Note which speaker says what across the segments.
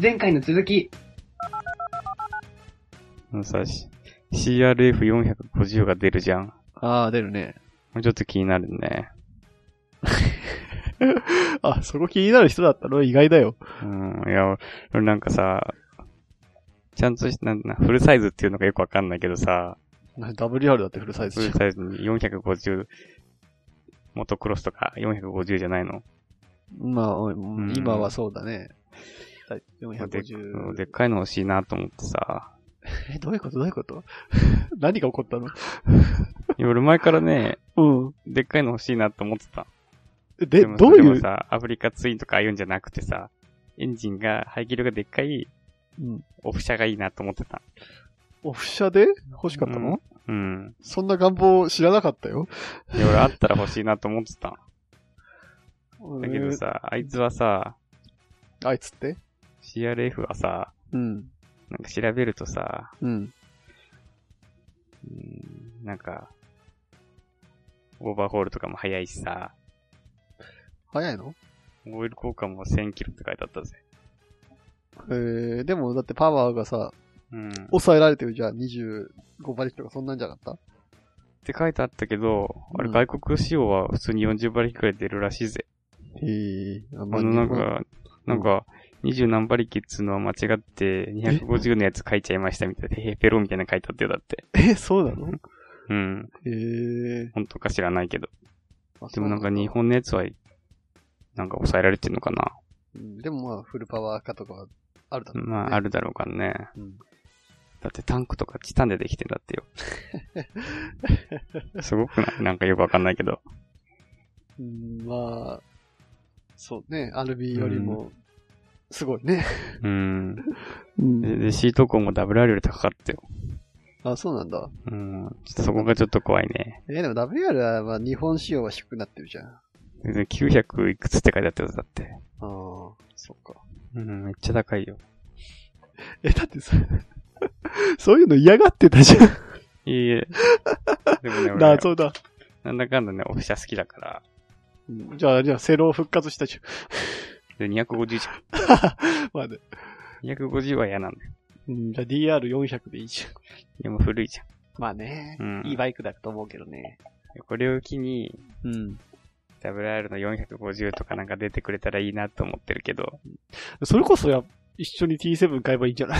Speaker 1: 前回の続き。
Speaker 2: あのさ、C- CRF450 が出るじゃん。も
Speaker 3: ああ、出るね。
Speaker 2: うちょっと気になるね。
Speaker 3: あ、そこ気になる人だったの意外だよ。
Speaker 2: うん、いや、俺なんかさ、ちゃんとしなんな、フルサイズっていうのがよくわかんないけどさ、
Speaker 3: WR だってフルサイズ
Speaker 2: フ
Speaker 3: じゃ
Speaker 2: ル
Speaker 3: ん。
Speaker 2: サイズに450、モトクロスとか450じゃないの。
Speaker 3: まあ、うんん今はそうだね。
Speaker 2: でうん
Speaker 3: 450。
Speaker 2: でっかいの欲しいなと思ってさ。
Speaker 3: え、どういうことどういうこと 何が起こったの
Speaker 2: いや俺前からね、
Speaker 3: うん。
Speaker 2: でっかいの欲しいなと思ってた。
Speaker 3: えで、
Speaker 2: も
Speaker 3: どう
Speaker 2: で
Speaker 3: い
Speaker 2: も
Speaker 3: う、
Speaker 2: さ、アフリカツインとかああいうんじゃなくてさ、エンジンが、排気量がでっかい
Speaker 3: うん、
Speaker 2: オフ車がいいなと思ってた。
Speaker 3: オフ車で欲しかったの、
Speaker 2: うん。
Speaker 3: そんな願望知らなかったよ。
Speaker 2: いや、俺あったら欲しいなと思ってた。だけど
Speaker 3: えー
Speaker 2: さ、あいつはさ、
Speaker 3: あいつって。
Speaker 2: CRF はさ、
Speaker 3: うん。
Speaker 2: なんか調べるとさ、
Speaker 3: うん。
Speaker 2: うんなんか、オーバーホールとかも早いしさ、
Speaker 3: 早いの
Speaker 2: オイル交換も1000キロって書いてあったぜ。
Speaker 3: えー、でもだってパワーがさ、
Speaker 2: うん。っ
Speaker 3: 抑えられてるじゃん。25馬力とかそんなんじゃなかって
Speaker 2: 書いてあったけど、あれ
Speaker 3: うん
Speaker 2: 外国仕様は普通に40馬力くらい出るらしいぜ。
Speaker 3: たへえ。あ、
Speaker 2: あのなんか、なんか、20何馬力っつうのは間違って、250のやつ書いちゃいましたみたいで、へへペロみたいなの書いてあってだって。
Speaker 3: え、そうなの
Speaker 2: うん。
Speaker 3: へえ。
Speaker 2: 本当か知らないけど。
Speaker 3: あ
Speaker 2: でもなんか日本のやつは、なんか抑えられてんのかな。
Speaker 3: うんでもまあ、フルパワー化とかはあるだろうね。
Speaker 2: まあ、あるだろうからね。
Speaker 3: うん。
Speaker 2: だってタンクとかチタンでできてん だってよ。すごくないなんかよくわかんないけど。
Speaker 3: うん、まあ、そうね、アルビよりも、すごいね。
Speaker 2: うん。
Speaker 3: う
Speaker 2: で、
Speaker 3: ん。
Speaker 2: で C トコンも WR より高かったよ。
Speaker 3: あ、そうなんだ。
Speaker 2: うん。ちょっとそこがちょっと怖いね。
Speaker 3: えー、でも WR はまあ日本仕様は低くなってるじゃん。あ
Speaker 2: で900いくつって書いてあったよ、だって。
Speaker 3: あ、そっか。
Speaker 2: うん、めっちゃ高いよ。
Speaker 3: え、だってさ、 そういうの嫌がって たじゃん。
Speaker 2: いえい え。でもね、俺
Speaker 3: だ、、そうだ。
Speaker 2: なんだかんだね、オフィシャ好きだから。
Speaker 3: うんじゃあ、じゃあ、セロー復活したじ
Speaker 2: で、250じゃん。
Speaker 3: ゃん。まあね。
Speaker 2: 250は嫌なんだよ。
Speaker 3: うん、じゃあ DR400 でいいじゃん。
Speaker 2: でも古いじゃ
Speaker 3: まあね
Speaker 2: ん。うん。
Speaker 3: バイクだと思うけどね。
Speaker 2: これを機に、
Speaker 3: うん。
Speaker 2: WR の450とかなんか出てくれたらいいなと思ってるけど。
Speaker 3: それこそや、一緒に T7 買えばいいんじゃない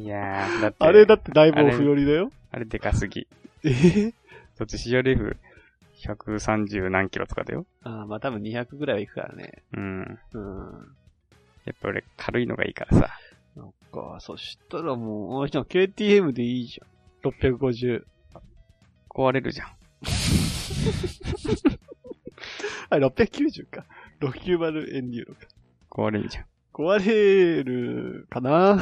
Speaker 2: いや ー、だって。
Speaker 3: あれだってだいぶオフ寄りだよ。
Speaker 2: あれでかすぎ。
Speaker 3: ええ
Speaker 2: だって CRF130 何キロとかだよ。
Speaker 3: ああ、まあ多分200ぐらいはいくからね。
Speaker 2: うん。
Speaker 3: うん。
Speaker 2: やっぱ俺軽いのがいいからさ。
Speaker 3: なんか、そしたらもう、あじゃあ KTM でいいじゃん。650。
Speaker 2: 壊れるじゃん。
Speaker 3: あ、690か。690エンデューロか。
Speaker 2: 壊れるじゃん。
Speaker 3: 壊れるかな
Speaker 2: やっ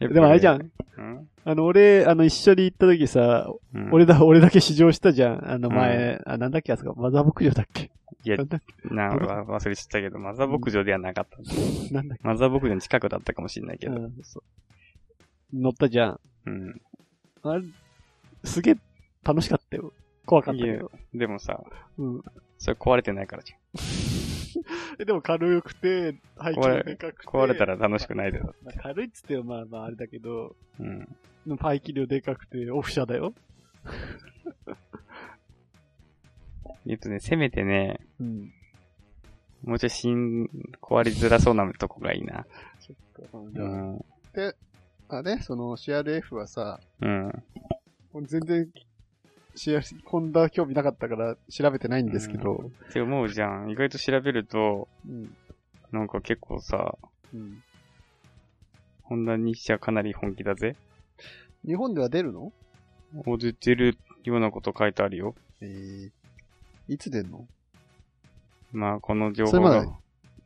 Speaker 2: ぱ
Speaker 3: でもあれじゃん。
Speaker 2: うん。
Speaker 3: あの、俺、あの、一緒に行った時さ、
Speaker 2: うん、
Speaker 3: 俺だ、俺だけ試乗したじゃん。あの前、あ、なんだっけ、あそこ、マザー牧場だっけ。
Speaker 2: いや
Speaker 3: なんだっ
Speaker 2: なわ忘れちゃったけど、マザー牧場ではなかった。
Speaker 3: け、なんだっ
Speaker 2: マザー牧場の近くだったかもしれない
Speaker 3: け、
Speaker 2: けど。
Speaker 3: うんそう乗ったじゃん。
Speaker 2: うん。
Speaker 3: あれ、すげえ楽しかったよ。怖かったけど。
Speaker 2: でもさ、
Speaker 3: うん。
Speaker 2: それ壊れてないからじ
Speaker 3: えでも軽くて、排気量でかく
Speaker 2: ゃ
Speaker 3: て。
Speaker 2: ん。壊れたら楽しくないだろ。
Speaker 3: まあ軽いっつってもまあまああれだけど、
Speaker 2: うん。
Speaker 3: 排気量でかくてオフ車だよ。
Speaker 2: えっとね、せめてね、
Speaker 3: うん。
Speaker 2: もうちょい新、壊れづらそうなとこがいいな。
Speaker 3: そっか。
Speaker 2: うん。
Speaker 3: あね、その CRF はさ、
Speaker 2: うん。
Speaker 3: 全然、CRF、ホンダ興味なかったから調べてないんですけど、
Speaker 2: って思うじゃん。意外と調べると、
Speaker 3: うん。
Speaker 2: なんか結構さ、
Speaker 3: うん。
Speaker 2: ホンダにしちゃかなり本気だぜ。
Speaker 3: 日本では出るの
Speaker 2: お、出てるようなこと書いてあるよ。
Speaker 3: えー、いつ出るの
Speaker 2: まあ、この情
Speaker 3: それ
Speaker 2: 報
Speaker 3: まだ
Speaker 2: が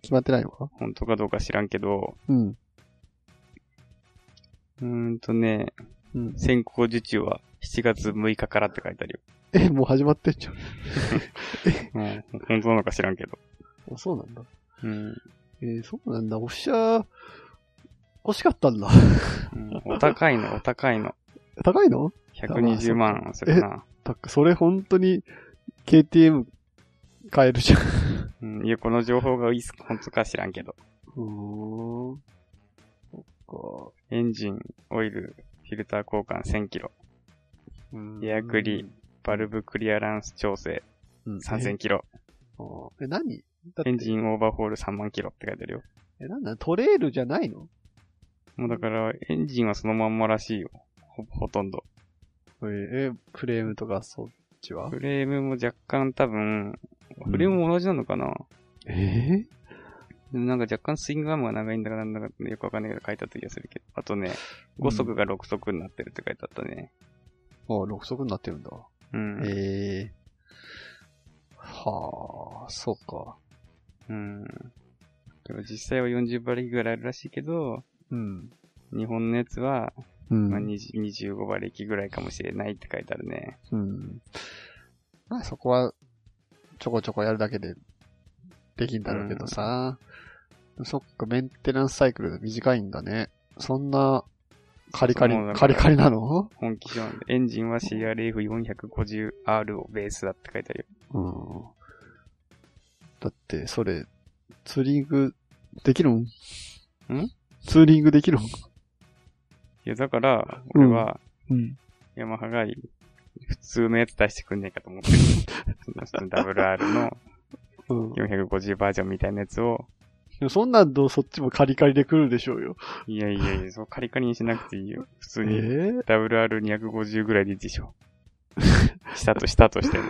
Speaker 3: 決まってないのか
Speaker 2: 本当かどうか知らんけど、
Speaker 3: うん。
Speaker 2: うーんとね、
Speaker 3: うん。
Speaker 2: 先行受注は7月6日からって書いてある
Speaker 3: え、もう始まってんじゃん。
Speaker 2: よ。うん。本当なのか知らんけど。
Speaker 3: あそうなんだ。
Speaker 2: うん。
Speaker 3: えー、そうなんだ。オフ車、欲しかったんだ。
Speaker 2: お高いの、お高いの。
Speaker 3: 高いの
Speaker 2: 120万するな。
Speaker 3: たそれ本当に KTM 買えるじゃん。
Speaker 2: うん。いや、この情報がいいす、本当か知らんけど。
Speaker 3: うーん。そ
Speaker 2: エンジン、オイル、フィルター交換1000キロ、
Speaker 3: っか。うん
Speaker 2: エアクリ。バルブクリアランス調整
Speaker 1: うん
Speaker 2: 3000キロ、
Speaker 3: あーえ、何だって
Speaker 2: エンジンオーバーホール3万キロって書いてあるよ。
Speaker 3: え、なんなんトレールじゃないの
Speaker 2: もうだから、エンジンはそのまんまらしいよ。ほぼほとんど。
Speaker 3: えーえーフレームとかそっちは
Speaker 2: フレームも若干多分、フレームも同じなのかな、
Speaker 3: え
Speaker 2: でもなんか若干スイングアームが長いんだかなんだかよくわかんないけど書いてあった気がするけど。あとね、5速が6速になってるって書いてあったね。
Speaker 3: ああ、6速になってるんだ。
Speaker 2: うん。
Speaker 3: ええはあ、そうか。
Speaker 2: うん。でも実際は40馬力ぐらいあるらしいけど、
Speaker 3: うん。
Speaker 2: 日本のやつは、
Speaker 3: うん。
Speaker 2: まあ、20 25馬力ぐらいかもしれないって書いてあるね。
Speaker 3: うん。まあそこは、ちょこちょこやるだけで、できんだろうけどさ。そっか、メンテナンスサイクル短いんだね。そんな、カリカリ
Speaker 2: そうなん、だ
Speaker 3: カリカリなの
Speaker 2: 本気じゃん。エンジンは CRF450R をベースだって書いてあるよ。
Speaker 3: うん。だって、それ、ツーリング、できるんんツーリングできるん
Speaker 2: いや、だから、俺は、
Speaker 3: うん。
Speaker 2: ヤマハが普通のやつ出してくんねえかと思ってる。その WR の
Speaker 3: うん。
Speaker 2: 450バージョンみたいなやつを、
Speaker 3: でもそんなんどうそっちもカリカリで来るでしょうよ。
Speaker 2: いやいやいや、そうカリカリにしなくていいよ。普
Speaker 3: え
Speaker 2: 通に WR250 ぐらいでいいで しょ。したとしたとしても。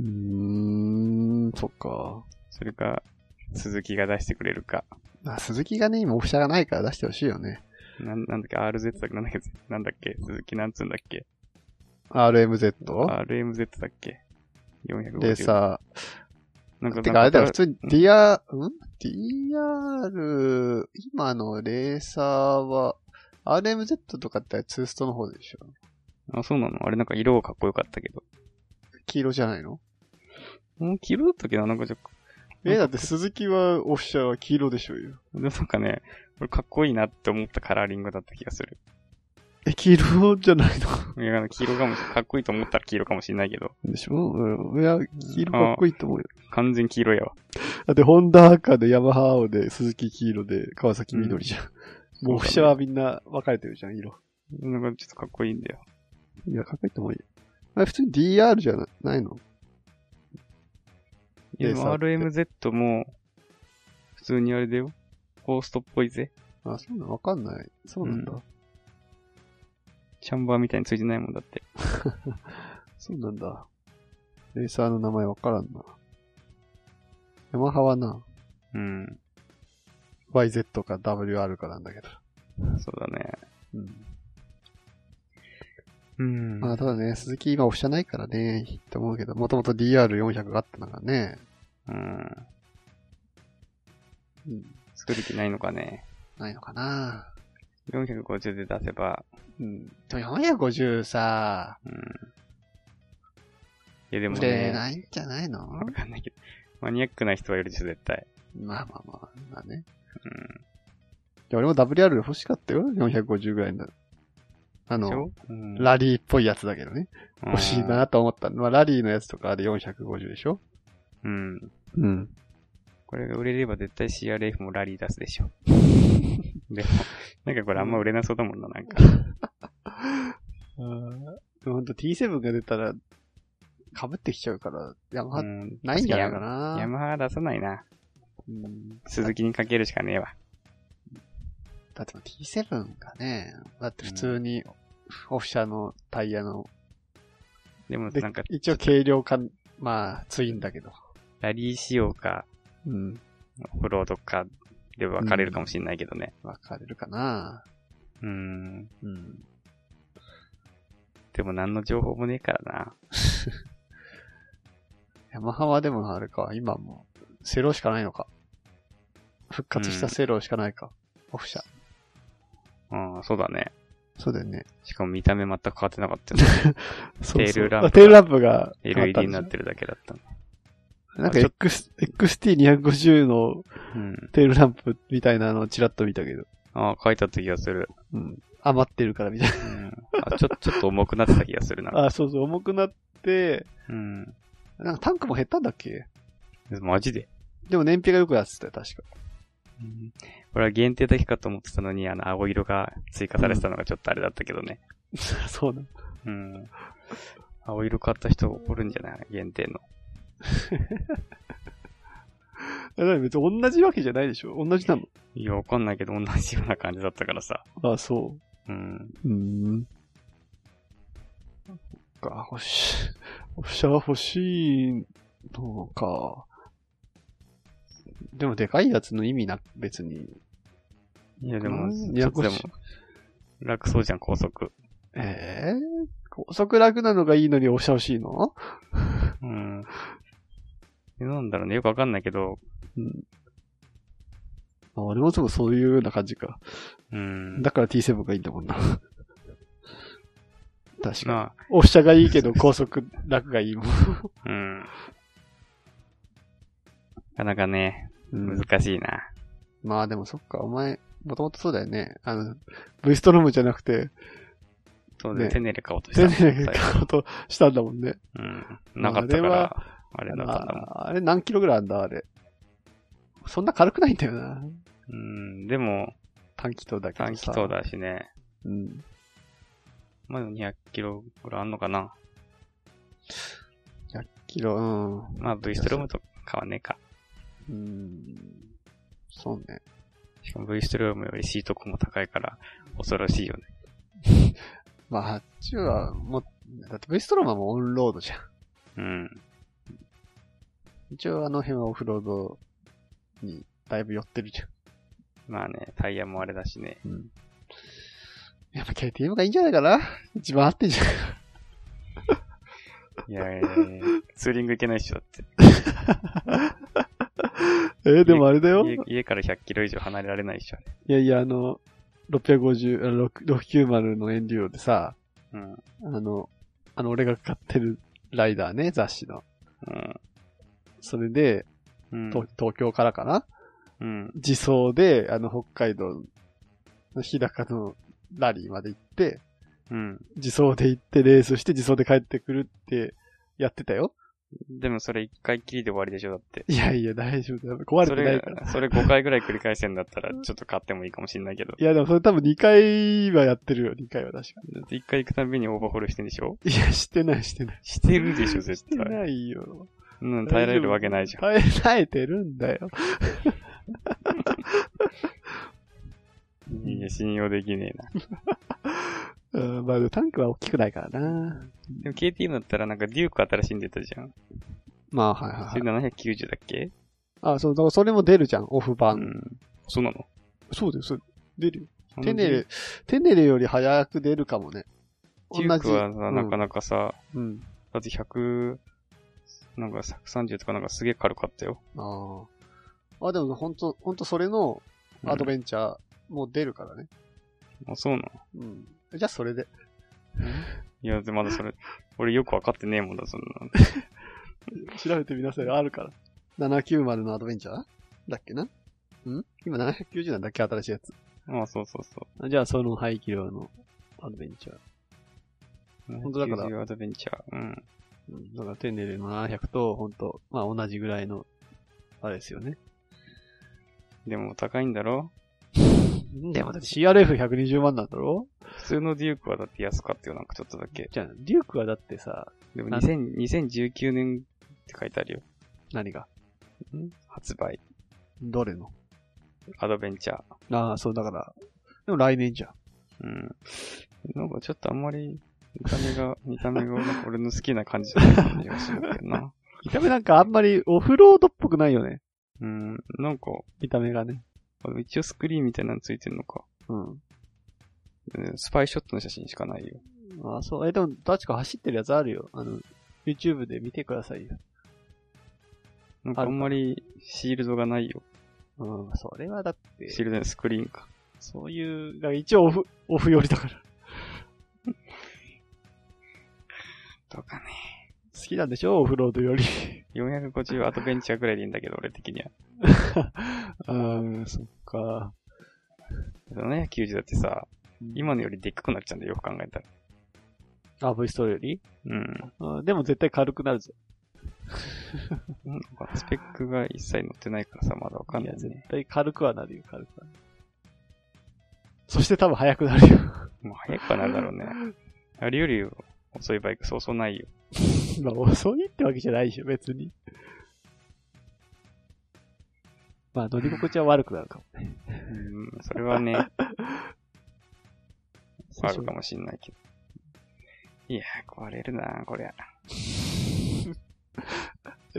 Speaker 3: うーん、そっか。
Speaker 2: それか、鈴木が出してくれるか。
Speaker 3: まあ、鈴木がね、今オフィシャがないから出してほしいよね。
Speaker 2: なんなんだっけ、RZ だっけ、なんだっけ、なんだっけ鈴木なんつうんだっけ。
Speaker 3: RMZ?
Speaker 2: RMZ だっけ。450。
Speaker 3: レーサ
Speaker 2: なん
Speaker 3: ー。
Speaker 2: か、
Speaker 3: てか、あれだよ、
Speaker 2: なん
Speaker 3: 普
Speaker 2: か
Speaker 3: 通に DR、ん ?DR、今のレーサーは、RMZ とかってツーストの方でしょ
Speaker 2: あ、そうなのあれなんか色かっこよかったけど。
Speaker 3: 黄色じゃないの
Speaker 2: もう黄色だったっけななんかちょっと、
Speaker 3: え、だって鈴木はオフィシャは黄色でしょうよ。
Speaker 2: でもなんかね、これかっこいいなって思ったカラーリングだった気がする。
Speaker 3: え、黄色じゃないの
Speaker 2: いや、あの黄色かもしかっこいいと思ったら黄色かもしれないけど、
Speaker 3: でしょうん。いや、黄色かっこいいと思うよ。
Speaker 2: 完全黄色やわ。
Speaker 3: だって、ホンダ赤で、ヤマハ青で、鈴木黄色で、川崎緑じゃん。もう、オフィシャはみんな分かれてるじゃん、色。
Speaker 2: なんかちょっとかっこいいんだよ。
Speaker 3: いや、かっこいいと思うよ。あれ、普通に DR じゃなないの
Speaker 2: いや、でも
Speaker 3: レー
Speaker 2: RMZ も、普通にあれだよ。コーストっぽいぜ。
Speaker 3: あ、そうなのわかんない。そうなんだ。
Speaker 2: うチャンバーみたいについてないもんだって。
Speaker 3: そうなんだ。レーサーの名前わからんな。ヤマハはな、
Speaker 2: うん。
Speaker 3: YZ か WR かなんだけど。
Speaker 2: そうだね。
Speaker 3: うん。
Speaker 2: うん。
Speaker 3: まあ、ただね、鈴木今オフィシャないからね、いいと思うけど、もともと DR400 があったのがね、
Speaker 2: うん。
Speaker 3: うん、
Speaker 2: 作る気ないのかね。
Speaker 3: ないのかな。
Speaker 2: 450で出せば、
Speaker 3: うん。でも450さ、
Speaker 2: うん。いや、でも
Speaker 3: 売れ
Speaker 2: ね、
Speaker 3: ないんじゃないの
Speaker 2: わかんないけど、マニアックな人はいるでしょ、絶対。
Speaker 3: まあまあまあ、まあね。
Speaker 2: うん。
Speaker 3: いや、俺も WR 欲しかったよ。450ぐらいの。あ
Speaker 2: でし
Speaker 3: の、
Speaker 2: ょうん
Speaker 3: ラリーっぽいやつだけどね。欲しい。なと思った。まあ、ラリーのやつとかで450でしょ
Speaker 2: うん。
Speaker 3: うん。
Speaker 2: これが売れれば絶対 CRF もラリー出すでし ょ。でも、なんかこれあんま売れなそうだもんな、なんか。
Speaker 3: でもほんと T7 が出たら、被ってきちゃうから、ヤマハ
Speaker 2: うん
Speaker 3: ないんじゃないかな。
Speaker 2: ヤマハは出さないな。
Speaker 3: うん
Speaker 2: 鈴木にかけるしかねえわ。
Speaker 3: だってもう T7 がね、だって普通に、オフィシャのタイヤの、
Speaker 2: でも
Speaker 3: で
Speaker 2: なんか、
Speaker 3: 一応軽量感、まあ、ツインだけど。
Speaker 2: ラリー仕様か、
Speaker 3: うん。
Speaker 2: オフロードかで分かれるかもしれないけどね。
Speaker 3: 分かれるかな。
Speaker 2: うん。
Speaker 3: うん。
Speaker 2: でも何の情報もねえからな。
Speaker 3: ヤマハはでもあれか、今もう、セロしかないのか。復活したセロしかないか。オフィシャ。
Speaker 2: うん、そうだね。
Speaker 3: そうだよね。
Speaker 2: しかも見た目全く変わってなかったよね。
Speaker 3: そう
Speaker 2: テー
Speaker 3: そう
Speaker 2: ルランプが
Speaker 3: あテールランプが変わったん
Speaker 2: LED
Speaker 3: で
Speaker 2: に
Speaker 3: しょ
Speaker 2: なってるだけだったの。
Speaker 3: なんか
Speaker 2: あちょ
Speaker 3: X、XT250 の
Speaker 2: うん。
Speaker 3: テールランプみたいなのをチラッと見たけど。
Speaker 2: ああ、書いてあった気がする。
Speaker 3: うん。余ってるからみたい
Speaker 2: うん。あ、ちょ、 ちょっと重くなってた気がするな。
Speaker 3: な。あ、そうそう、重くなって、
Speaker 2: うん。
Speaker 3: なんかタンクも減ったんだっけ
Speaker 2: マジで。
Speaker 3: でも燃費が良くなってたよ、確か。
Speaker 2: うんこれは限定だけかと思ってたのに、あの、青色が追加されてたのがちょっとあれだったけどね。
Speaker 3: そうなの。
Speaker 2: うん。青色買った人おるんじゃない限定の。
Speaker 3: え、だって別に同じわけじゃないでしょ同じなの。
Speaker 2: いや、わかんないけど、同じような感じだったからさ。
Speaker 3: ああ、そ
Speaker 2: うん。
Speaker 3: う。うーん。そっか、欲しい。オフィシャー欲しいのか。でもでかいやつの意味な、別に。
Speaker 2: いや、でも、
Speaker 3: うん
Speaker 2: ちょっとでも
Speaker 3: 250、
Speaker 2: 楽そうじゃん、高速。
Speaker 3: ええ高速楽なのがいいのにオフィシャー欲しいの
Speaker 2: うん。えなんだろうね、よくわかんないけど、
Speaker 3: うん。あ、俺もそうそういうような感じか。
Speaker 2: うん。
Speaker 3: だから T7 がいいんだもん な。確かに。
Speaker 2: ま
Speaker 3: オフィシャーがいいけど高速楽がいいも ん。
Speaker 2: あ、うん。なかなかね、
Speaker 3: うん
Speaker 2: 難しいな。
Speaker 3: まあでもそっか、お前、もともとそうだよね。あの、V ストロームじゃなくて、
Speaker 2: そうで、
Speaker 3: ね
Speaker 2: テネレ買おうとした
Speaker 3: テ
Speaker 2: もん。
Speaker 3: レビ
Speaker 2: 最
Speaker 3: 買
Speaker 2: 後
Speaker 3: おうとしたんだもんね。
Speaker 2: うん。なかったから、あれだったんだもん。
Speaker 3: ああれ何キロぐらいあんだ、あれ。そんな軽くないんだよな。
Speaker 2: うん、でも、
Speaker 3: 短気筒だけどさ。
Speaker 2: 短気筒。だしね。
Speaker 3: うん。
Speaker 2: まあ、200キロぐらいあんのかな。
Speaker 3: 100キロ、うん。
Speaker 2: まあ、V ストロームとかはねえか。
Speaker 3: うん。そうね。
Speaker 2: しかも V ストロームよりシートコも高いから、恐ろしいよね。
Speaker 3: まあ、あっちは、もう、だって V ストロームはもうオンロードじゃん。
Speaker 2: うん。
Speaker 3: 一応あの辺はオフロードにだいぶ寄ってるじゃん。
Speaker 2: まあね、タイヤもあれだしね。
Speaker 3: うん。やっぱ KTM がいいんじゃないかな一番合ってん じゃん。
Speaker 2: いやいや いやツーリング行けないっしょだって。
Speaker 3: えーでもあれだよ。
Speaker 2: 家家から100キロ以上離れられないっしょ。
Speaker 3: いやいや、あの、650、あ6 690のエンデューロでさ、
Speaker 2: うん。
Speaker 3: あの、あの、俺が買ってるライダーね、雑誌の。
Speaker 2: うん。
Speaker 3: それで、
Speaker 2: うん。
Speaker 3: 東東京からかな
Speaker 2: うん。
Speaker 3: 自走で、あの、北海道の日高のラリーまで行って、
Speaker 2: うん。
Speaker 3: 自走で行ってレースして自走で帰ってくるってやってたよ。
Speaker 2: でもそれ1回きりで終わりでしょだって。
Speaker 3: いやいや、大丈夫だよ。壊れ
Speaker 2: そ
Speaker 3: てない
Speaker 2: れ
Speaker 3: から。、
Speaker 2: それ5回ぐらい繰り返してんだったら、ちょっと買ってもいいかもしんないけど。
Speaker 3: いや、でもそれ多分2回はやってるよ、2回は確か
Speaker 2: 1回行くたびにオーバーホールしてんでしょ
Speaker 3: に。いや、してない、してない。
Speaker 2: してるでしょ、絶
Speaker 3: して
Speaker 2: 対。
Speaker 3: ないよ。
Speaker 2: うん、耐えられるわけないじゃん。
Speaker 3: 耐え、耐えてるんだよ。
Speaker 2: いや、信用できねえ
Speaker 3: う
Speaker 2: な。
Speaker 3: ん、まあでもタンクは大きくないからな。
Speaker 2: でも KTM だったらなんかデューク新しいんでたじゃん。
Speaker 3: まあ、はいはい
Speaker 2: そ
Speaker 3: はい
Speaker 2: れ。790だっけ
Speaker 3: あ、そう、だからそれも出るじゃん、オフ版。
Speaker 2: うん。そうなの
Speaker 3: そうです、そう出るよ。
Speaker 2: あの
Speaker 3: テネレ、テネレより早く出るかもね。
Speaker 2: デュークは
Speaker 3: う
Speaker 2: さ、
Speaker 3: ん
Speaker 2: なかなかさ、
Speaker 3: うん。
Speaker 2: だって100、なんか130とかなんかすげえ軽かったよ。
Speaker 3: ああ。あ、でも本当本当それのアドベンチャーも出るからね。
Speaker 2: あ、そうなの
Speaker 3: うん。じゃあそれで。
Speaker 2: いや、でまだそれ、俺よくわかってねえもんだ、そんな。
Speaker 3: 調べてみなさい。あるから。790のアドベンチャーだっけなん今790なんだっけ新しいやつ。
Speaker 2: まあ、そうそうそ
Speaker 3: あじゃあその排気量のアドベンチャー。
Speaker 2: う。
Speaker 3: 本当だから
Speaker 2: 90アドベンチャー。うん。
Speaker 3: うんだからテンネルの700と、本当まあ同じぐらいの、あれですよね。
Speaker 2: でも高いんだろ
Speaker 3: でもだって CRF120 万なんだろ
Speaker 2: 普通のデュークはだって安かったよ、なんかちょっとだけ。
Speaker 3: じゃあ、デュークはだってさ、
Speaker 2: でも
Speaker 3: なん
Speaker 2: 2000 2019年って書いてあるよ。
Speaker 3: 何が
Speaker 2: 発売。
Speaker 3: どれの
Speaker 2: アドベンチャー。
Speaker 3: ああ、そうだから、でも来年じゃん。
Speaker 2: うん。なんかちょっとあんまり、見た目が、見た目がなんか俺の好きな感じじゃない感じがするけどな。
Speaker 3: 見た目なんかあんまりオフロードっぽくないよね。
Speaker 2: うん。なんか、
Speaker 3: 見た目がね。
Speaker 2: 一応スクリーンみたいなのついてんのか。
Speaker 3: うん。
Speaker 2: うんスパイショットの写真しかないよ。
Speaker 3: ああ、そう。え、でも確か走ってるやつあるよ。あの、YouTube で見てくださいよ。
Speaker 2: なんかあんまりシールドがないよ。
Speaker 3: うん、それはだって、
Speaker 2: シールドのスクリーンか。
Speaker 3: そういう、だから一応オフ、オフ寄りだから。
Speaker 2: とかね。
Speaker 3: 好きなんでしょオフロードより。
Speaker 2: 450アドベンチャーぐらいでいいんだけど、俺的には。
Speaker 3: うん、そっか。
Speaker 2: 790だってさ、今のよりでっかくなっちゃうんだよ、よく考えたら。
Speaker 3: あ、V ストーリーより
Speaker 2: うん。
Speaker 3: うんでも絶対軽くなるぞ。
Speaker 2: なんかスペックが一切載ってないからさ、まだわかん
Speaker 3: い
Speaker 2: な
Speaker 3: や、
Speaker 2: い
Speaker 3: 絶
Speaker 2: ね。
Speaker 3: 対軽くはなるよ、軽くは。
Speaker 4: そして多分速くなるよ。
Speaker 2: まあ、早くはなるだろうね。あれより遅いバイクそうそうないよ。
Speaker 3: まあ、遅いってわけじゃないでしょ、別に。まあ、乗り心地は悪くなるかも。
Speaker 2: うん、そ れはね、あるかもしんないけど。いや、壊れるな、こりゃ。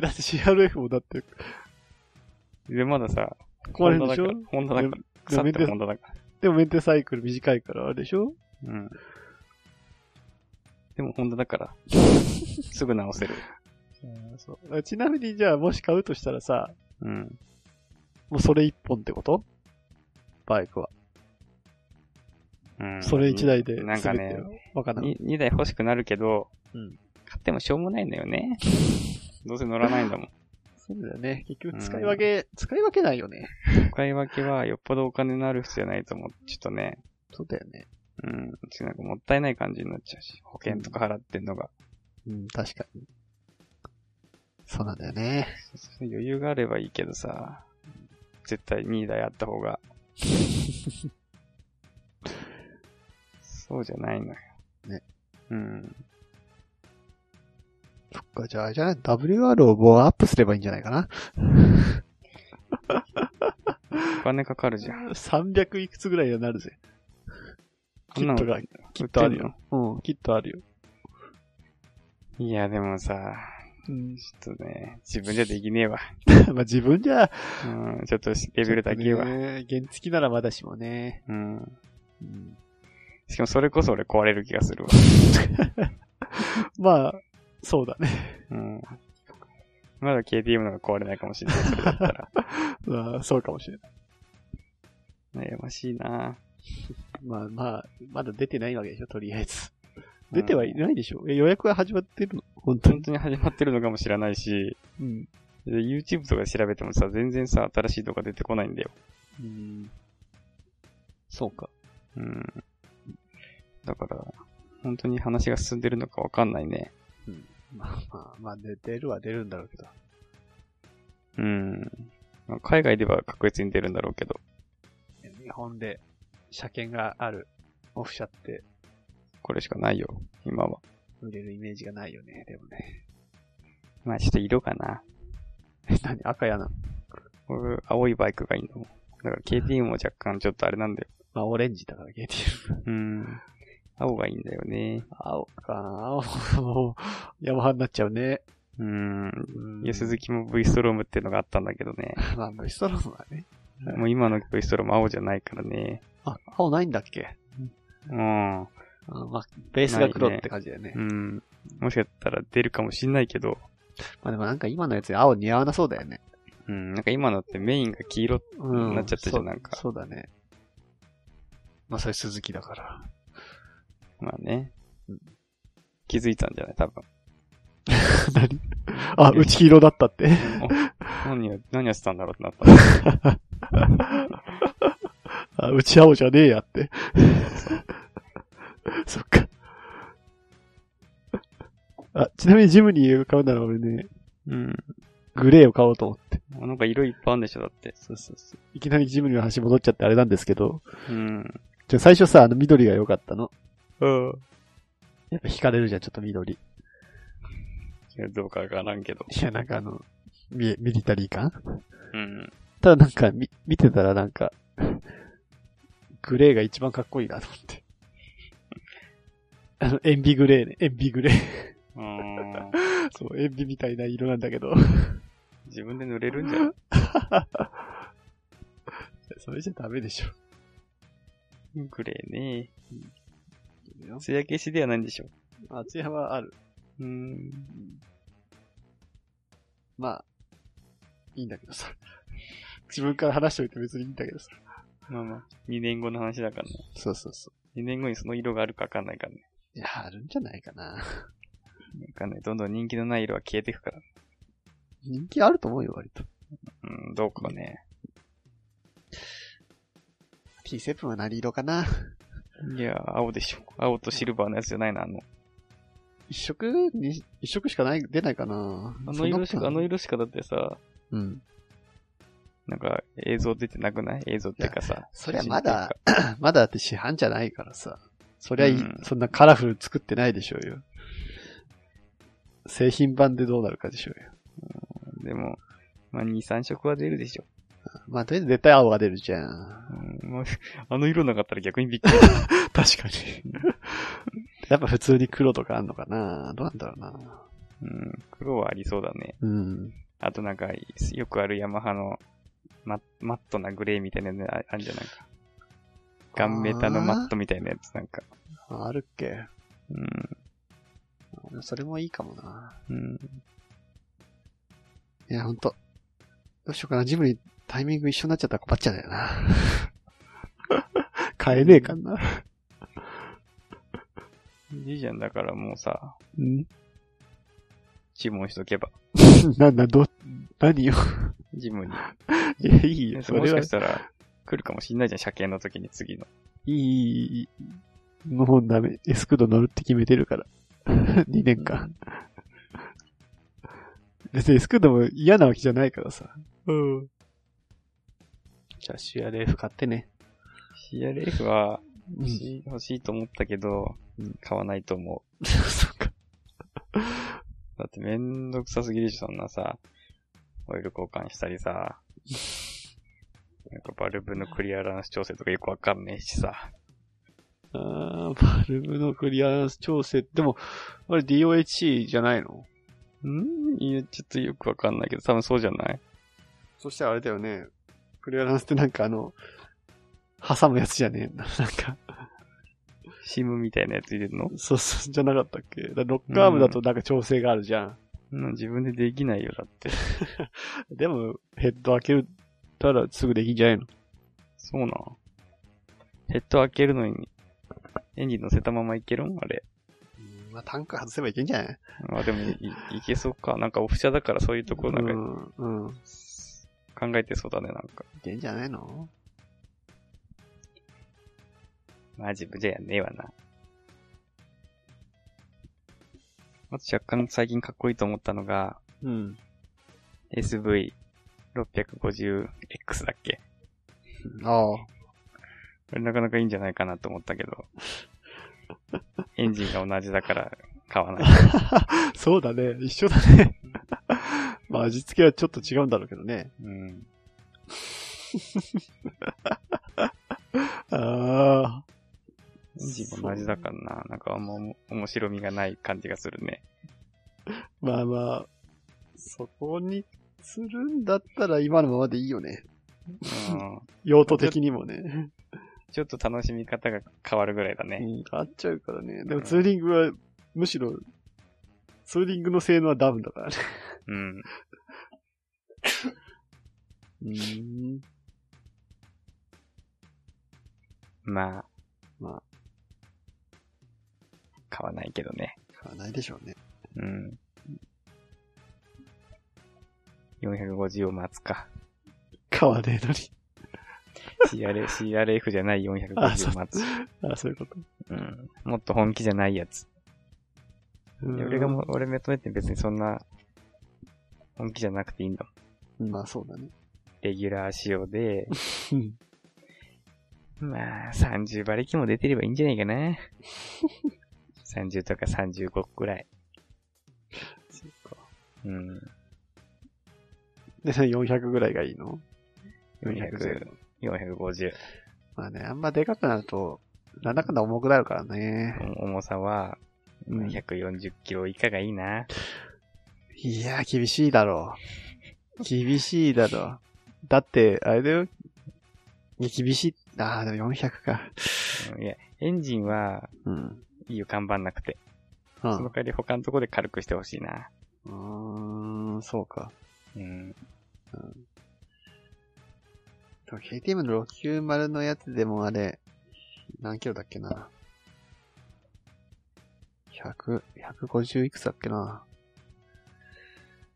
Speaker 3: だって CRF もだって、
Speaker 2: で、まださ、
Speaker 3: 壊れるんでしょ
Speaker 2: ホンダだから、ホンダだから、腐ったホンダだから。
Speaker 3: でもメンテサイクル短いから、あれでしょ
Speaker 2: うん。でもホンダ だから、すぐ直せる。
Speaker 3: そう。ちなみに、じゃあ、もし買うとしたらさ、
Speaker 2: うん。
Speaker 3: もうそれ一本ってことバイクは。
Speaker 2: うん、
Speaker 3: それ一台で
Speaker 2: なんか
Speaker 3: 全
Speaker 2: ね
Speaker 3: て、わかんなかっ
Speaker 2: に二台欲しくなるけど、
Speaker 3: うん
Speaker 2: 買ってもしょうもないんだよね。どうせ乗らないんだもん。
Speaker 3: た。そうだよね。結局、使い分け、使い分けないよね。
Speaker 2: 使い分けはよっぽどお金のある人じゃないと思う。ちょっとね、
Speaker 3: そうだよね。
Speaker 2: うん、ちょっとなんかもったいない感じになっちゃうし、保険とか払ってんのが、
Speaker 3: うん、確かに。
Speaker 4: そうなんだよね。
Speaker 2: そう余裕があればいいけどさ、絶対2台あった方が。そうじゃないのよ。
Speaker 4: ね。
Speaker 2: うん。
Speaker 4: そっか、じゃああれじゃない ?WR をもうアップすればいいんじゃないかな
Speaker 2: お金かかるじゃん。
Speaker 3: 300いくつぐらいにはなるぜ。キットが、
Speaker 2: きっ
Speaker 3: とあるよ。うん、キットあるよ。
Speaker 2: いや、でもさ、
Speaker 3: うん。
Speaker 2: ちょっとね、自分じゃできねえわ。
Speaker 3: まあ自分じゃ、
Speaker 2: うん、ちょっとレベルだけは。
Speaker 3: ね。原付きならまだしもね。
Speaker 2: うん。
Speaker 3: うん。
Speaker 2: しかもそれこそ俺壊れる気がするわ。
Speaker 3: まあ、そうだね。
Speaker 2: うん。まだ KTM の方が壊れないかもしれない。それだった ら。
Speaker 3: まあ、そうかもしれない。
Speaker 2: 悩ましいな
Speaker 3: まあまあ、まだ出てないわけでしょ、とりあえず。出てはいないでしょ。え予約が始まってるの本当
Speaker 2: 本
Speaker 3: に。
Speaker 2: 当に始まってるのかもしれないし、
Speaker 3: うん。
Speaker 2: で YouTube とかで調べてもさ、全然さ、新しい動画出てこないんだよ。
Speaker 3: うん。そうか。
Speaker 2: うん。だから、本当に話が進んでるのかわかんないね。
Speaker 3: まあまあ、まあ、出出るは出るんだろうけど。
Speaker 2: うん。まあ海外では確実に出るんだろうけど、
Speaker 3: 日本で車検があるオフ車って
Speaker 2: これしかないよ、今は。
Speaker 3: 売れるイメージがないよね、でもね。
Speaker 2: まあちょっと色かな。
Speaker 3: 何赤やな。
Speaker 2: 俺、青いバイクがいいの。だから KTM も若干ちょっとあれなんだよ。
Speaker 3: まあ、オレンジだから、ゲーティル。
Speaker 2: うん。青がいいんだよね。
Speaker 3: 青か、青 もう、ヤマハになっちゃうね。
Speaker 2: うん。
Speaker 3: うん
Speaker 2: いや、鈴木も V ストロームっていうのがあったんだけど ね。
Speaker 3: まあ、ブストロームはね。はい
Speaker 2: もう今の V ストローム青じゃないからね。
Speaker 3: あ、青ないんだっけ
Speaker 2: うん。
Speaker 3: あまあ、ベースが黒って感じだよね。
Speaker 2: うん。もしかしたら出るかもしんないけど、
Speaker 3: まあでもなんか今のやつ青似合わなそうだよね。
Speaker 2: うん。なんか今のってメインが黄色、
Speaker 3: うん。
Speaker 2: なっちゃったじゃん
Speaker 3: そう
Speaker 2: なんか
Speaker 3: そうだね。まあそれ鈴木だから。
Speaker 2: まあね
Speaker 3: うん。
Speaker 2: 気づいたんじゃない多 分。
Speaker 3: 何あ、内黄色だったって。
Speaker 2: 何を、何をしてたんだろうってなったの。
Speaker 3: あ、内青じゃねえやって。 そっか。あ、ちなみにジムにーを買うなら俺ね、
Speaker 2: うん。
Speaker 3: グレーを買おうと思って。
Speaker 2: なんか色いっぱいあるんでしょだって。
Speaker 3: そうそうそう。いきなりジムにの話戻っちゃってあれなんですけど、
Speaker 2: うん。
Speaker 3: じゃあ最初さ、あの緑が良かったの。
Speaker 2: うん。
Speaker 3: やっぱ惹かれるじゃん、ちょっと緑。
Speaker 2: いやどうかわからんけど。
Speaker 3: いや、なんかあの、ミミリタリー感
Speaker 2: うん。
Speaker 3: ただなんか、み、見てたらなんか、グレーが一番かっこいいなと思って。あの、塩ビグレーね、塩ビグレー。
Speaker 2: うーん。
Speaker 3: そう、塩ビみたいな色なんだけど。
Speaker 2: 自分で塗れるんじゃん。
Speaker 3: それじゃダメでしょ。
Speaker 2: グレーね。つや消しではないんでしょ。
Speaker 3: 厚山はある。
Speaker 2: うん。
Speaker 3: まあ、いいんだけどさ。自分から話しておいて別にいいんだけどさ。
Speaker 2: まあまあ、2年後の話だからね。
Speaker 3: そうそうそ
Speaker 2: 2年後にその色があるかわかんないからね。
Speaker 3: う。いや、あるんじゃないかな。
Speaker 2: わかんない。どんどん人気のない色は消えていくから。
Speaker 3: 人気あると思うよ、割と。
Speaker 2: うん、どうかね。
Speaker 3: T7 は何色かな。
Speaker 2: いやー、青でしょ。青とシルバーのやつじゃないな、あの。
Speaker 3: 一色に、一色しかない、出ないかな
Speaker 2: あの色しか、あの
Speaker 3: 色。
Speaker 2: 色しかだってさ、
Speaker 3: うん。
Speaker 2: なんか映像出てなくない映像っていうかさ。
Speaker 3: そりゃまだ、 まだだって市販じゃないからさ。そりゃい、
Speaker 2: うん
Speaker 3: そんなカラフル作ってないでしょうよ。製品版でどうなるかでしょうよ。
Speaker 2: でも、まあ、2、3色は出るでしょ。
Speaker 3: まあ、とりあえず絶対青が出るじゃ ん。
Speaker 2: うんまあ、あの色なかったら逆にびっくり。
Speaker 3: 確かに。やっぱ普通に黒とかあんのかなどうなんだろうな。
Speaker 2: うん、黒はありそうだね。
Speaker 3: うん。
Speaker 2: あとなんか、よくあるヤマハのママットなグレーみたいなのああるんじゃないか。ガンメタのマットみたいなやつなんか。
Speaker 3: ああるっけ
Speaker 2: うん。
Speaker 3: それもいいかもな。
Speaker 2: うん。
Speaker 3: いや、ほんと。どうしようかな。ジムにタイミング一緒になっちゃったら困っちゃうんだよな。 変えねえかな。
Speaker 2: いいじゃん、だからもうさ、
Speaker 3: うん。
Speaker 2: 注文しとけば。
Speaker 3: なんだ、ど、何よ。
Speaker 2: ジムに。
Speaker 3: いや、いいよ。そ
Speaker 2: も
Speaker 3: れ
Speaker 2: し
Speaker 3: は
Speaker 2: か
Speaker 3: い
Speaker 2: したら、来るかもしんないじゃん、車検の時に次の。
Speaker 3: い、いい、いい。もうダメ。エスクード乗るって決めてるから。2年間。別にエスクードも嫌なわけじゃないからさ。うん。じゃあ CRF 買ってね。
Speaker 2: CRF は
Speaker 3: う
Speaker 2: 欲
Speaker 3: ん。
Speaker 2: しい、欲しいと思ったけど、買わないと思う。
Speaker 3: そうか。
Speaker 2: だってめんどくさすぎるし、そんなさ、オイル交換したり さ、なんかバルブのクリアランス調整とかよくわかんねえしさ。
Speaker 3: あーバルブのクリアランス調整。でも、あれ DOHC じゃないの
Speaker 2: んいや、ちょっとよくわかんないけど、多分そうじゃない
Speaker 3: そしたらあれだよね。クリアランスってなんかあの、挟むやつじゃねえんだ。なんか、
Speaker 2: シムみたいなやつ入れるの
Speaker 3: そうそう、じゃなかったっけだからロックアームだとなんか調整があるじゃん。
Speaker 2: うん自分でできないよ、だって。
Speaker 3: でも、ヘッド開けるたらすぐできんじゃないの
Speaker 2: そうなん。ヘッド開けるのに、エンジン乗せたままいけるんあれ。
Speaker 3: まあ、タンク外せばいけんじゃない
Speaker 2: まあでもい、いいけそうか。なんかオフ車だからそういうとこなんか
Speaker 3: うん、うん。い
Speaker 2: 考えてそうだね、なんか。
Speaker 3: けんじゃないの
Speaker 2: まあ自分じゃやんねえわな。あと若干最近かっこいいと思ったのが、
Speaker 3: うん。
Speaker 2: SV650X だっけ
Speaker 3: ああ。
Speaker 2: これなかなかいいんじゃないかなと思ったけ ど。エンジンが同じだから買わない。
Speaker 3: そうだね。一緒だね。まあ、味付けはちょっと違うんだろうけどね。
Speaker 2: うん。
Speaker 3: ああ。
Speaker 2: エンジンも同じだからな。なんかあんま面白みがない感じがするね。
Speaker 3: まあまあ、そこにするんだったら今のままでいいよね。
Speaker 2: うん。
Speaker 3: 用途的にもね。
Speaker 2: ちょっと楽しみ方が変わるぐらいだ
Speaker 3: う
Speaker 2: ね。
Speaker 3: ん、変わっちゃうからね。でもツーリングは、むしろ、ツーリングの性能はダウンだからね。
Speaker 2: うん。
Speaker 3: うん。
Speaker 2: まあ。
Speaker 3: まあ。
Speaker 2: 買わないけどね。
Speaker 3: 買わないでしょうね。
Speaker 2: うん。450を待つか。
Speaker 3: 買わねえのに。
Speaker 2: CRF, CRF じゃない
Speaker 3: あそう
Speaker 2: 450を待つ。
Speaker 3: あそういうこと。
Speaker 2: うん。もっと本気じゃないやつ。
Speaker 3: うん
Speaker 2: 俺がもう、俺目とめて別にそんな、本気じゃなくていいんだもん。
Speaker 3: まあそうだね。
Speaker 2: レギュラー仕様で、
Speaker 3: うん
Speaker 2: まあ、30馬力も出てればいいんじゃない かな。30とか35くらい。うん。
Speaker 3: で、400ぐらいがいいの
Speaker 2: 400、450。
Speaker 3: まあね、あんまでかくなると、なんだかんだ重くなるからね。
Speaker 2: お重さは、
Speaker 3: うん
Speaker 2: 140キロ以下がいいな。
Speaker 3: いや、厳しいだろう。厳しいだろう。だって、あれだよ。いや、厳しい。ああ、でも400か。
Speaker 2: うんいや、エンジンは、
Speaker 3: うん。
Speaker 2: いいよ、看板なくて。
Speaker 3: う
Speaker 2: その代わり他のところで軽くしてほしいな。
Speaker 3: ん。うーん、そうか。
Speaker 2: うん。
Speaker 3: でも KTM の690のやつでもあれ、何キロだっけな。100、150いくつだっけな。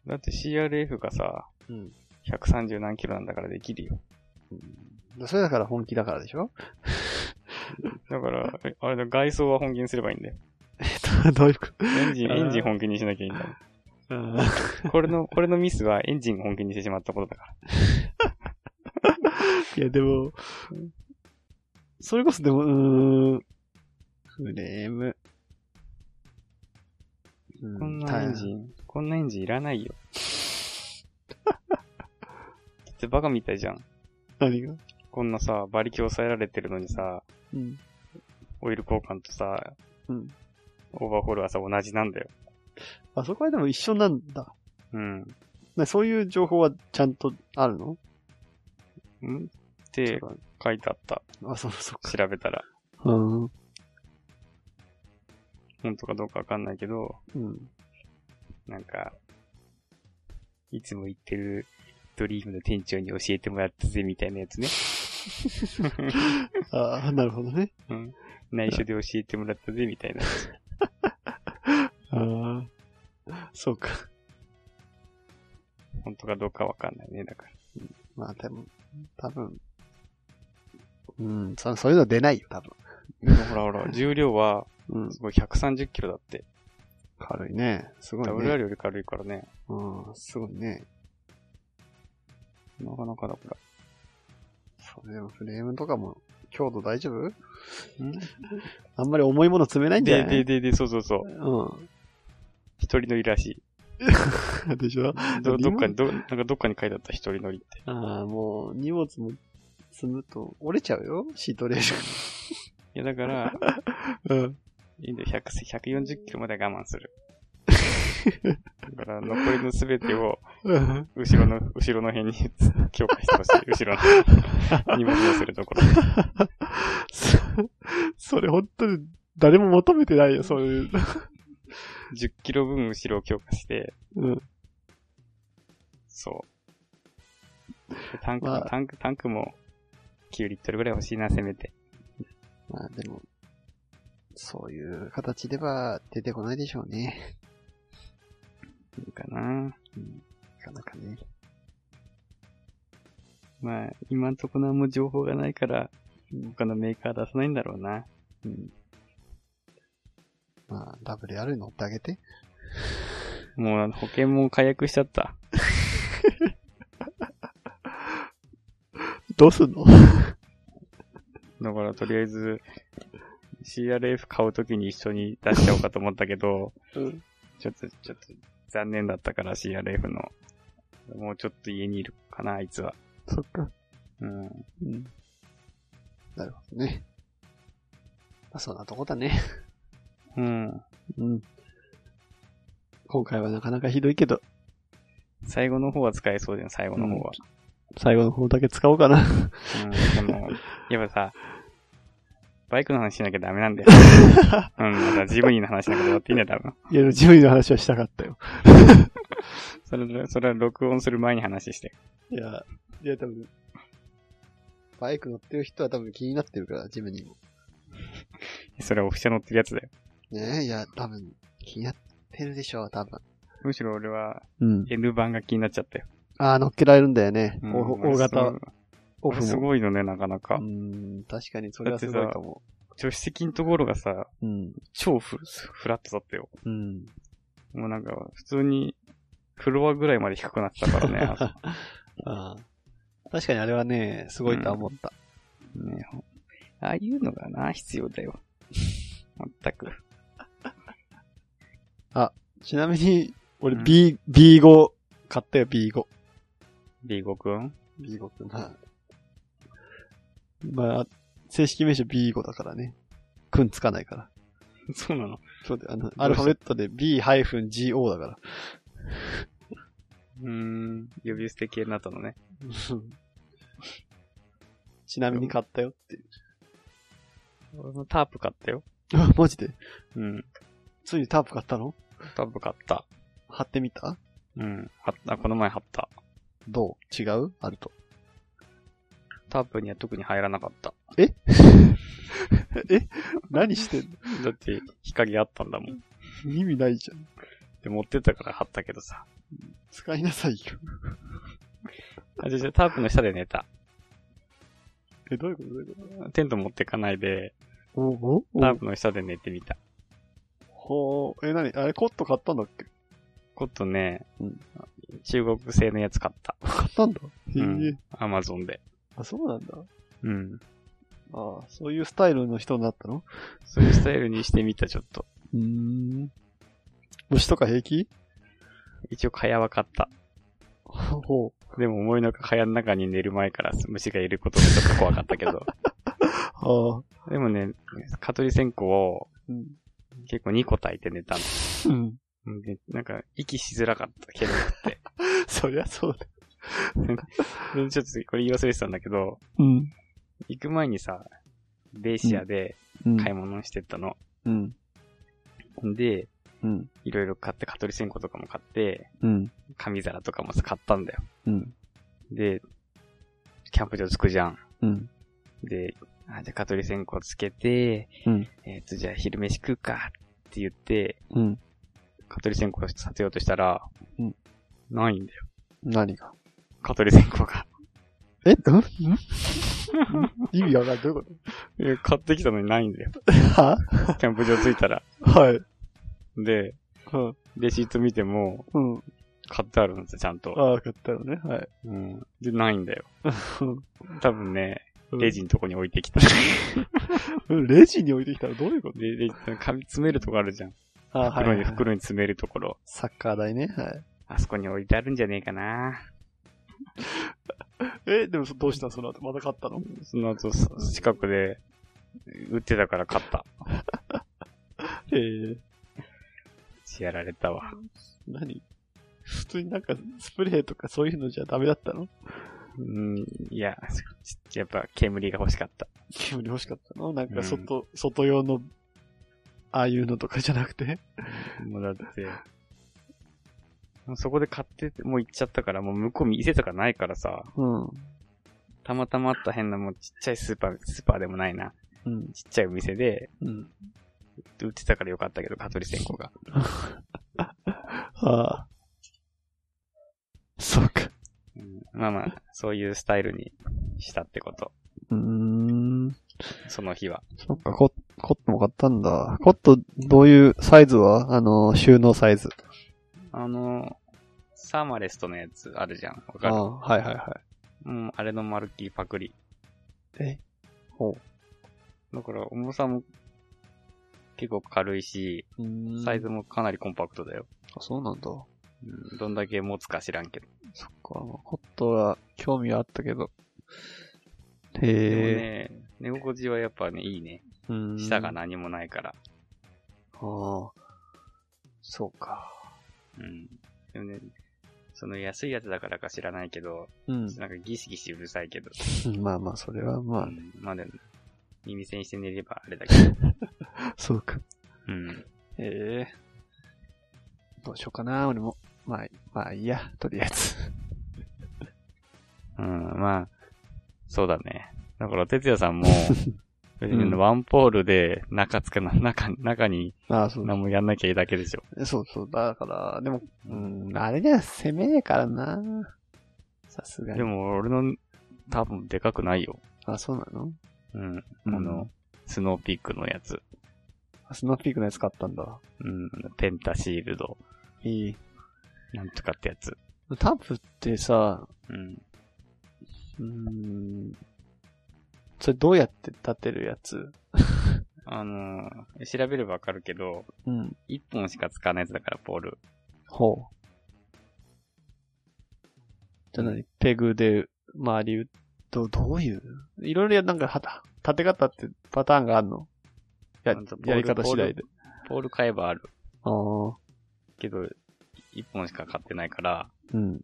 Speaker 2: だって CRF がさ、
Speaker 3: うん。
Speaker 2: 130何キロなんだからできるよ。
Speaker 3: それだから本気だからでしょ
Speaker 2: だから、あれあれだ、外装は本気にすればいいんだよ。
Speaker 3: えっと、 どういうこ
Speaker 2: エンジン、エンジン本気にしなきゃいけない。
Speaker 3: と
Speaker 2: これ の、これのミスはエンジン本気にしてしまったことだから。
Speaker 3: いや、でも、それこそでも、うーん、フレーム。うん
Speaker 2: こんなエン
Speaker 3: 大
Speaker 2: ジン、こんなエンジンいらないよ。 だってバカみたいじゃん。
Speaker 3: 何が
Speaker 2: こんなさ、馬力抑えられてるのにさ、
Speaker 3: うん。
Speaker 2: オイル交換とさ、
Speaker 3: うん
Speaker 2: オーバーホールはさ、同じなんだよ。
Speaker 3: あそこはでも一緒なんだ。
Speaker 2: うん。
Speaker 3: なそういう情報はちゃんとあるの
Speaker 2: んって
Speaker 3: そう
Speaker 2: 書いてあった。
Speaker 3: だあ、そう、そっか。
Speaker 2: 調べたら。
Speaker 3: うん。
Speaker 2: 本当かどうかわかんないけど、
Speaker 3: うん。
Speaker 2: なんか、いつも言ってるドリームの店長に教えてもらったぜみたいなやつね。
Speaker 3: ああ、なるほどね。
Speaker 2: 内緒で教えてもらったぜみたいな。
Speaker 3: ああ。そうか。
Speaker 2: 本当かどうかわかんないね。だから。
Speaker 3: まあでも、多分。うん、そそういうのは出ないよ、多分。
Speaker 2: でもほらほら、 重量は、
Speaker 3: うん。
Speaker 2: すごい130キロだって。
Speaker 3: 軽いね。すごい
Speaker 2: ダブル
Speaker 3: ね。
Speaker 2: R より軽いからね。
Speaker 3: うん、すごいね。
Speaker 2: なかなかだから。
Speaker 3: それでもフレームとかも、強度大丈夫
Speaker 2: ん
Speaker 3: あんまり重いもの積めないんじゃ
Speaker 2: で、
Speaker 3: ない
Speaker 2: で、で、で、そうそうそう。
Speaker 3: う
Speaker 2: 一人乗りらし
Speaker 3: ん。 でしょ
Speaker 2: い。ど、どっかに、ど、なんかどっかに書いてあった一人乗りって。
Speaker 3: ああ、もう、荷物も積むと折れちゃうよシートレーシ
Speaker 2: いや、だから、
Speaker 3: ョン。うん。
Speaker 2: いいんだよ。100 140キロまでは我慢する。だから、残りのすべてを、
Speaker 3: うん
Speaker 2: 後ろの、後ろの辺に強化してほしい。後ろ の荷物をするところ。
Speaker 3: そそれ本当に誰も求めてないよ、そういう。
Speaker 2: 10キロ分後ろを強化して、
Speaker 3: うん。
Speaker 2: そう。タンク、
Speaker 3: まあ
Speaker 2: タンク、タンクも9リットルぐらい欲しいな、せめて。
Speaker 3: まあでも、そういう形では出てこないでしょうね。
Speaker 2: いいかな。
Speaker 3: なかなかね。
Speaker 2: まあ、今んとこ何も情報がないから
Speaker 3: うん、
Speaker 2: 他のメーカー出さないんだろうな。
Speaker 3: うん。まあ、WR に乗ってあげて。
Speaker 2: もう保険も解約しちゃった。
Speaker 3: どうすんの
Speaker 2: だからとりあえず、CRF 買うときに一緒に出しちゃおうかと思ったけど、
Speaker 3: うん
Speaker 2: ちょっと、ちょっと残念だったから CRF の。もうちょっと家にいるかな、あいつは。
Speaker 3: そっか。
Speaker 2: うん。
Speaker 3: うん。なるほどね。まあ、そんなとこだね。
Speaker 2: うん。
Speaker 3: うん。今回はなかなかひどいけど、
Speaker 2: 最後の方は使えそうだよ、最後の方は。
Speaker 3: 最後の方だけ使おうかな。
Speaker 2: うん、でも、やっぱさ、バイクの話しなきゃダメなん だよ。うん、またジムニーの話しなきゃ終わっていいんだよ、多分。
Speaker 3: いや、ジムニーの話はしたかったよ。
Speaker 2: それ、それは録音する前に話して。
Speaker 3: いや、いや、多分、バイク乗ってる人は多分気になってるから、ジムニーも。
Speaker 2: それはオフィシャル乗ってるやつだよ。
Speaker 3: ねえ、いや、多分、気になってるでしょう、多分。
Speaker 2: むしろ俺は
Speaker 3: うん。
Speaker 2: N 版が気になっちゃったよ。
Speaker 3: ああ、乗っけられるんだよね。
Speaker 2: うん
Speaker 3: お大型、オフも。
Speaker 2: すごいのね、なかなか
Speaker 3: う。ん、確かにそれはすごいと思
Speaker 2: 助手席のところがさ、
Speaker 3: う。うん。
Speaker 2: 超フフラットだったよ。
Speaker 3: うん。
Speaker 2: もうなんか、普通に、フロアぐらいまで低くなってたからねあそこ
Speaker 3: ああ確かにあれはね、すごいとは思った。
Speaker 2: ね。ほああいうのがな、必要だよ。まったく。
Speaker 3: ちなみに、俺
Speaker 2: うん
Speaker 3: B、B5 買ったよ、B5。
Speaker 2: リーゴくん
Speaker 3: B5 ってな。まあ、正式名称 B5 だからね。くんつかないから。
Speaker 2: そうなの
Speaker 3: そうで、あの、アルファベットで B-GO だから。
Speaker 2: うーん。呼び捨て系になったのね。
Speaker 3: ちなみに買ったよっていう。
Speaker 2: 俺もタープ買ったよ。
Speaker 3: あ、 マジで
Speaker 2: うん。
Speaker 3: ついにタープ買ったの
Speaker 2: タープ買った。
Speaker 3: 貼ってみた
Speaker 2: うん。貼った。この前貼った。
Speaker 3: どう違うあると。
Speaker 2: タープには特に入らなか った。
Speaker 3: 何してん
Speaker 2: だって、日陰あったんだもん。
Speaker 3: の意味ないじゃん。
Speaker 2: で、持ってったから貼ったけどさ。
Speaker 3: 使いなさいよ。
Speaker 2: あ、じゃあじゃあタープの下で寝た。
Speaker 3: え、どういうことどういうこ
Speaker 2: テント持ってかないで、
Speaker 3: とおお
Speaker 2: タープの下で寝てみた。
Speaker 3: ほう、え、なにあれ、コット買ったんだっけ
Speaker 2: コットンね、
Speaker 3: うん
Speaker 2: 中国製のやつ買った。
Speaker 3: 買ったんだ。へえ、
Speaker 2: うん。アマゾンで。
Speaker 3: あ、そうなんだ。
Speaker 2: うん。
Speaker 3: ああ、そういうスタイルの人になったの
Speaker 2: そういうスタイルにしてみた、ちょっと。
Speaker 3: うーん。虫とか平気
Speaker 2: 一応、蚊帳は買った。
Speaker 3: ほう。
Speaker 2: でも思いのほか蚊帳の中に寝る前から虫がいることがちょっと怖かった けど。
Speaker 3: ああ。
Speaker 2: でもね、蚊取り線香を
Speaker 3: うん。
Speaker 2: 結構2個炊いて寝た
Speaker 3: う
Speaker 2: の。
Speaker 3: ん。
Speaker 2: でなんか、息しづらかった けどって。
Speaker 3: そりゃそうだ。
Speaker 2: でちょっとこれ言い忘れてたんだけど、
Speaker 3: うん。
Speaker 2: 行く前にさ、ベイシアで
Speaker 3: うん。
Speaker 2: 買い物してったの。
Speaker 3: うん。
Speaker 2: で、
Speaker 3: うん。
Speaker 2: いろいろ買って、蚊取り線香とかも買って、
Speaker 3: うん。
Speaker 2: 紙皿とかもさ買ったんだよ。
Speaker 3: うん。
Speaker 2: で、キャンプ場着くじゃん。
Speaker 3: うん。
Speaker 2: で、あ、じゃあ、蚊取り線香つけて、
Speaker 3: うん
Speaker 2: えっ、と、じゃあ、昼飯食うかって言って、
Speaker 3: うん。
Speaker 2: 蚊取り線香させようとしたら、
Speaker 3: うん
Speaker 2: ないんだよ。
Speaker 3: 何が
Speaker 2: 蚊取り線香が。
Speaker 3: え、うんん 意味わかんない。どういうこ
Speaker 2: え買ってきたのにない んだよ。
Speaker 3: とは
Speaker 2: キャンプ場着いたら。
Speaker 3: はい。
Speaker 2: で、
Speaker 3: うん。
Speaker 2: レシート見ても、
Speaker 3: うん。
Speaker 2: 買ってあるんですよ、ちゃんと。
Speaker 3: ああ、買ったよね。はい。
Speaker 2: うん。で、ないんだよ。多分ね、
Speaker 3: うん
Speaker 2: レジのとこに置いてきた。
Speaker 3: うんレジに置いてきたらどういうこと
Speaker 2: で、レジ、紙詰めるとこあるじゃん。
Speaker 3: あ
Speaker 2: 袋に、袋に詰めるところ。
Speaker 3: サッカー台ね。はい。
Speaker 2: あそこに置いてあるんじゃねえかな。
Speaker 3: え、でもそどうしたのその後。また買ったの
Speaker 2: その後、そ近くで、売ってたから買った。
Speaker 3: ええ。
Speaker 2: やられたわ。
Speaker 3: 何普通になんか、スプレーとかそういうのじゃダメだったの
Speaker 2: うん、いや、ちやっぱ煙が欲しかった。
Speaker 3: 煙欲しかったのなん
Speaker 2: う
Speaker 3: か
Speaker 2: ん
Speaker 3: 外、外用の、ああいうのとかじゃなくて。
Speaker 2: もうだって、もうそこで買って、もう行っちゃったから、もう向こう店とかないからさ、
Speaker 3: うん。
Speaker 2: たまたまあった変なもうちっちゃいスーパー、スーパーでもないな。
Speaker 3: うん。
Speaker 2: ちっちゃいお店で、
Speaker 3: うん。
Speaker 2: 売ってたからよかったけど、蚊取り線香が。
Speaker 3: ああ。そうか。
Speaker 2: うんまあまあ、そういうスタイルにしたってこと。
Speaker 3: うーん。
Speaker 2: その日は。
Speaker 3: そっか、ココットも買ったんだ。コット、どういうサイズはあの、収納サイズ。
Speaker 2: あの、サーマレストのやつあるじゃん。わか
Speaker 3: あ
Speaker 2: る
Speaker 3: あ、はいはいは
Speaker 2: うん、あれの丸っきりパクリ。
Speaker 3: い。えほう。
Speaker 2: だから、重さも結構軽いし、サイズもかなりコンパクトだよ。
Speaker 3: あそうなんだ。
Speaker 2: うん、どんだけ持つか知らんけど。
Speaker 3: そっか、コットは興味はあったけど。
Speaker 2: でも
Speaker 3: へえ。
Speaker 2: ね、寝心地はやっぱね、いいね。
Speaker 3: うーん
Speaker 2: 下が。何もないから。
Speaker 3: ああ。そうか。
Speaker 2: うん。でもね、その安いやつだからか知らないけど、
Speaker 3: うん。
Speaker 2: なんかギシギシうるさいけど。
Speaker 3: まあまあ、それはま
Speaker 2: うんまあでも、耳栓して寝ればあれだけ ど。
Speaker 3: あ、そうか。
Speaker 2: うん。
Speaker 3: へえ。どうしようかな、俺も。まあ、まあいいや、とりあえず。
Speaker 2: うん、まあ、そうだね。だから、哲也さ んも、別にワンポールで中つかな、中、中に
Speaker 3: ああ、そう
Speaker 2: 何もやんなきゃいいだけでしょ。
Speaker 3: そうそう、だから、でも、うん、あれじゃ攻めねえからな。さすがに。
Speaker 2: でも、俺の、多分でかくないよ。
Speaker 3: あ、そうなの
Speaker 2: うん。あ
Speaker 3: うん
Speaker 2: の、スノーピークのやつ。
Speaker 3: あスノーピークのやつ買ったんだ。
Speaker 2: うん。ペンタシールド、
Speaker 3: いい。
Speaker 2: なんとかってやつ。
Speaker 3: タンプってさ、
Speaker 2: うん。
Speaker 3: うーん。それどうやって立てるやつ
Speaker 2: あのー、調べればわかるけど、
Speaker 3: うん。
Speaker 2: 一本しか使わないやつだから、ポール。
Speaker 3: ほう。じゃあ何ペグで周り打っど、どういういろいろやなんかはた、立て方ってパターンがあるのや
Speaker 2: あの、
Speaker 3: やり方次第で。
Speaker 2: ポール買えばある。
Speaker 3: ああ。
Speaker 2: けど、一本しか買ってないから、
Speaker 3: うん。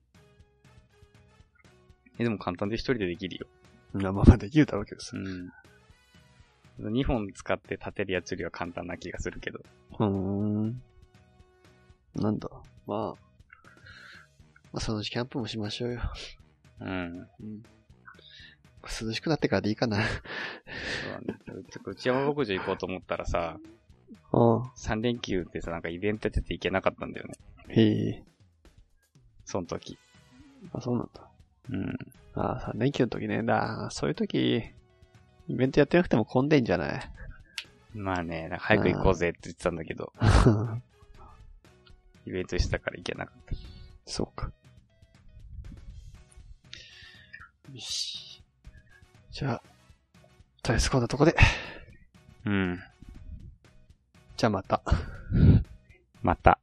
Speaker 2: え、でも簡単で一人でできるよ。
Speaker 3: まあまあできるだろうけどさ。
Speaker 2: うん。二本使って立てるやつよりは簡単な気がするけど。
Speaker 3: うーん。なんだ。まあ。まあそのうちキャンプもしましょうよ。
Speaker 2: うん。
Speaker 3: 涼しくなってからでいいかな。
Speaker 2: そうなんだちょっと内山牧場行こうと思ったらさ、
Speaker 3: うん。
Speaker 2: 三連休ってさ、なんかイベントやってて行けなかったんだよね。
Speaker 3: へえ。
Speaker 2: その時。
Speaker 3: あ、そうなんだ。
Speaker 2: うん。
Speaker 3: ああ、3連休の時ね。だ、そういう時、イベントやってなくても混んでんじゃない
Speaker 2: まあね、なんか早く行こうぜって言ってたんだけど、イベントしてたから行けなかった。
Speaker 3: そうか。
Speaker 1: よし。
Speaker 3: じゃあ、とりあえずこんなとこで。
Speaker 2: うん。
Speaker 3: じゃあまた。
Speaker 2: また。